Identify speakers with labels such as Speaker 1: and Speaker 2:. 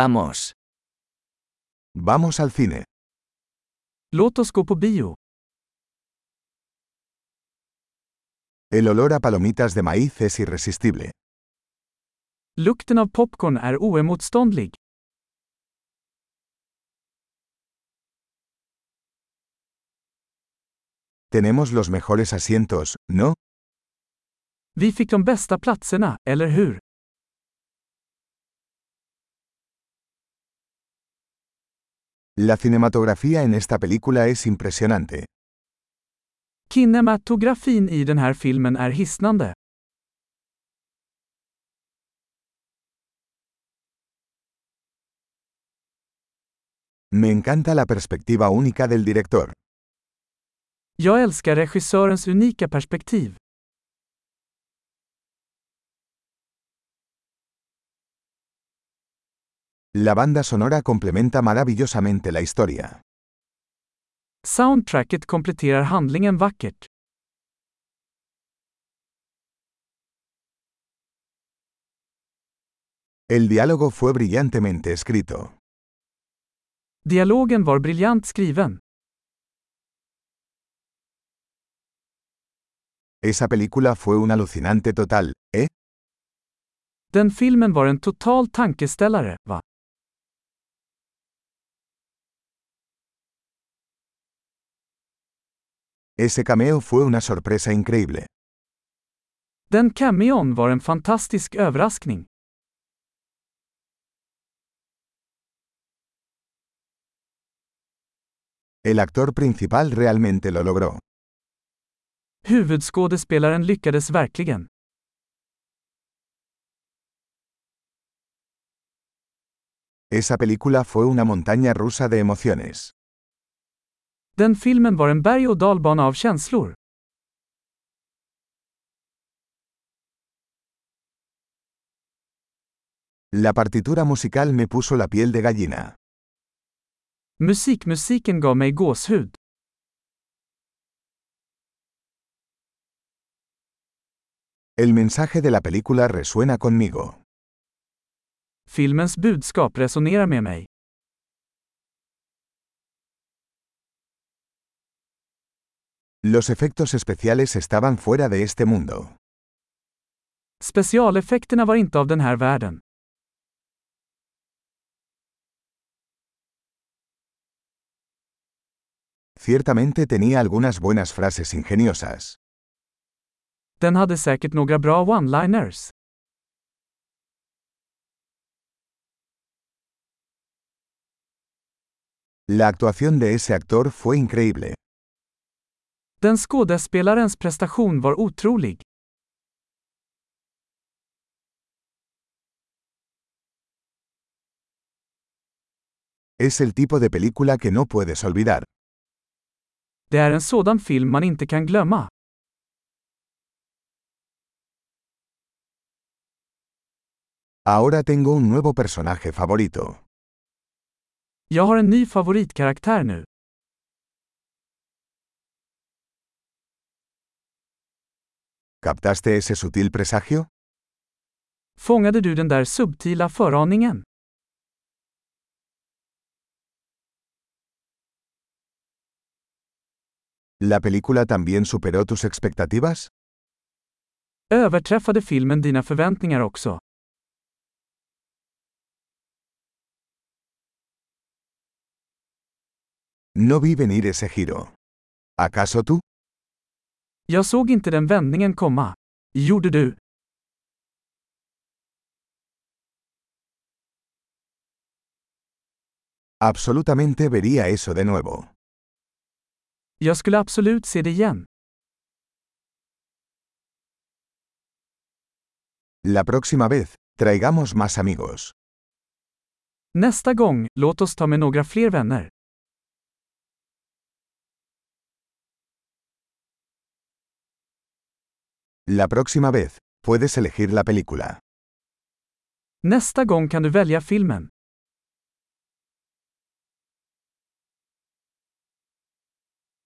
Speaker 1: Vamos.
Speaker 2: Vamos al cine.
Speaker 3: Låt oss gå på bio.
Speaker 2: El olor a palomitas de maíz es irresistible.
Speaker 3: Lukten av popcorn är oemotståndlig.
Speaker 2: Tenemos los mejores asientos, ¿no?
Speaker 3: Vi fick de bästa platserna, eller hur?
Speaker 2: La cinematografía en esta película es impresionante.
Speaker 3: Kinematografin i den här filmen är hisnande.
Speaker 2: Me encanta la perspectiva única del director.
Speaker 3: Jag älskar regissörens unika perspektiv.
Speaker 2: La banda sonora complementa maravillosamente la historia.
Speaker 3: Soundtracket kompletterar handlingen vackert.
Speaker 2: El diálogo fue brillantemente escrito.
Speaker 3: Dialogen var briljant skriven.
Speaker 2: Esa película fue un alucinante total, ¿eh?
Speaker 3: Den filmen var en total tankeställare, va?
Speaker 2: Ese cameo fue una sorpresa increíble.
Speaker 3: Den cameon var en fantastisk överraskning.
Speaker 2: El actor principal realmente lo logró.
Speaker 3: Huvudskådespelaren lyckades verkligen.
Speaker 2: Esa película fue una montaña rusa de emociones.
Speaker 3: Den filmen var en berg och dalbana av känslor.
Speaker 2: La partitura musical me puso la piel de gallina.
Speaker 3: Musikmusiken gav mig gåshud.
Speaker 2: El mensaje de la película resuena conmigo.
Speaker 3: Filmens budskap resonerar med mig.
Speaker 2: Los efectos especiales estaban fuera de este mundo.
Speaker 3: Specialeffekterna var inte av den här världen.
Speaker 2: Ciertamente tenía algunas buenas frases ingeniosas.
Speaker 3: Den hade säkert några bra one-liners.
Speaker 2: La actuación de ese actor fue increíble.
Speaker 3: Den skådespelarens prestation var otrolig.
Speaker 2: Es el tipo de película que no puedes olvidar.
Speaker 3: Det är en sådan film man inte kan glömma.
Speaker 2: Ahora tengo un nuevo personaje favorito.
Speaker 3: Jag har en ny favoritkaraktär nu.
Speaker 2: ¿Captaste ese sutil presagio?
Speaker 3: Fångade du den där subtila föraningen?
Speaker 2: ¿La película también superó tus expectativas?
Speaker 3: Överträffade filmen dina förväntningar också?
Speaker 2: No vi venir ese giro. ¿Acaso tú?
Speaker 3: Jag såg inte den vändningen komma. Gjorde du?
Speaker 2: Absolutamente vería eso de nuevo.
Speaker 3: Jag skulle absolut se det igen.
Speaker 2: La próxima vez, traigamos más amigos.
Speaker 3: Nästa gång, låt oss ta med några fler vänner.
Speaker 2: La próxima vez, puedes elegir la película.
Speaker 3: Nästa gång kan du välja filmen.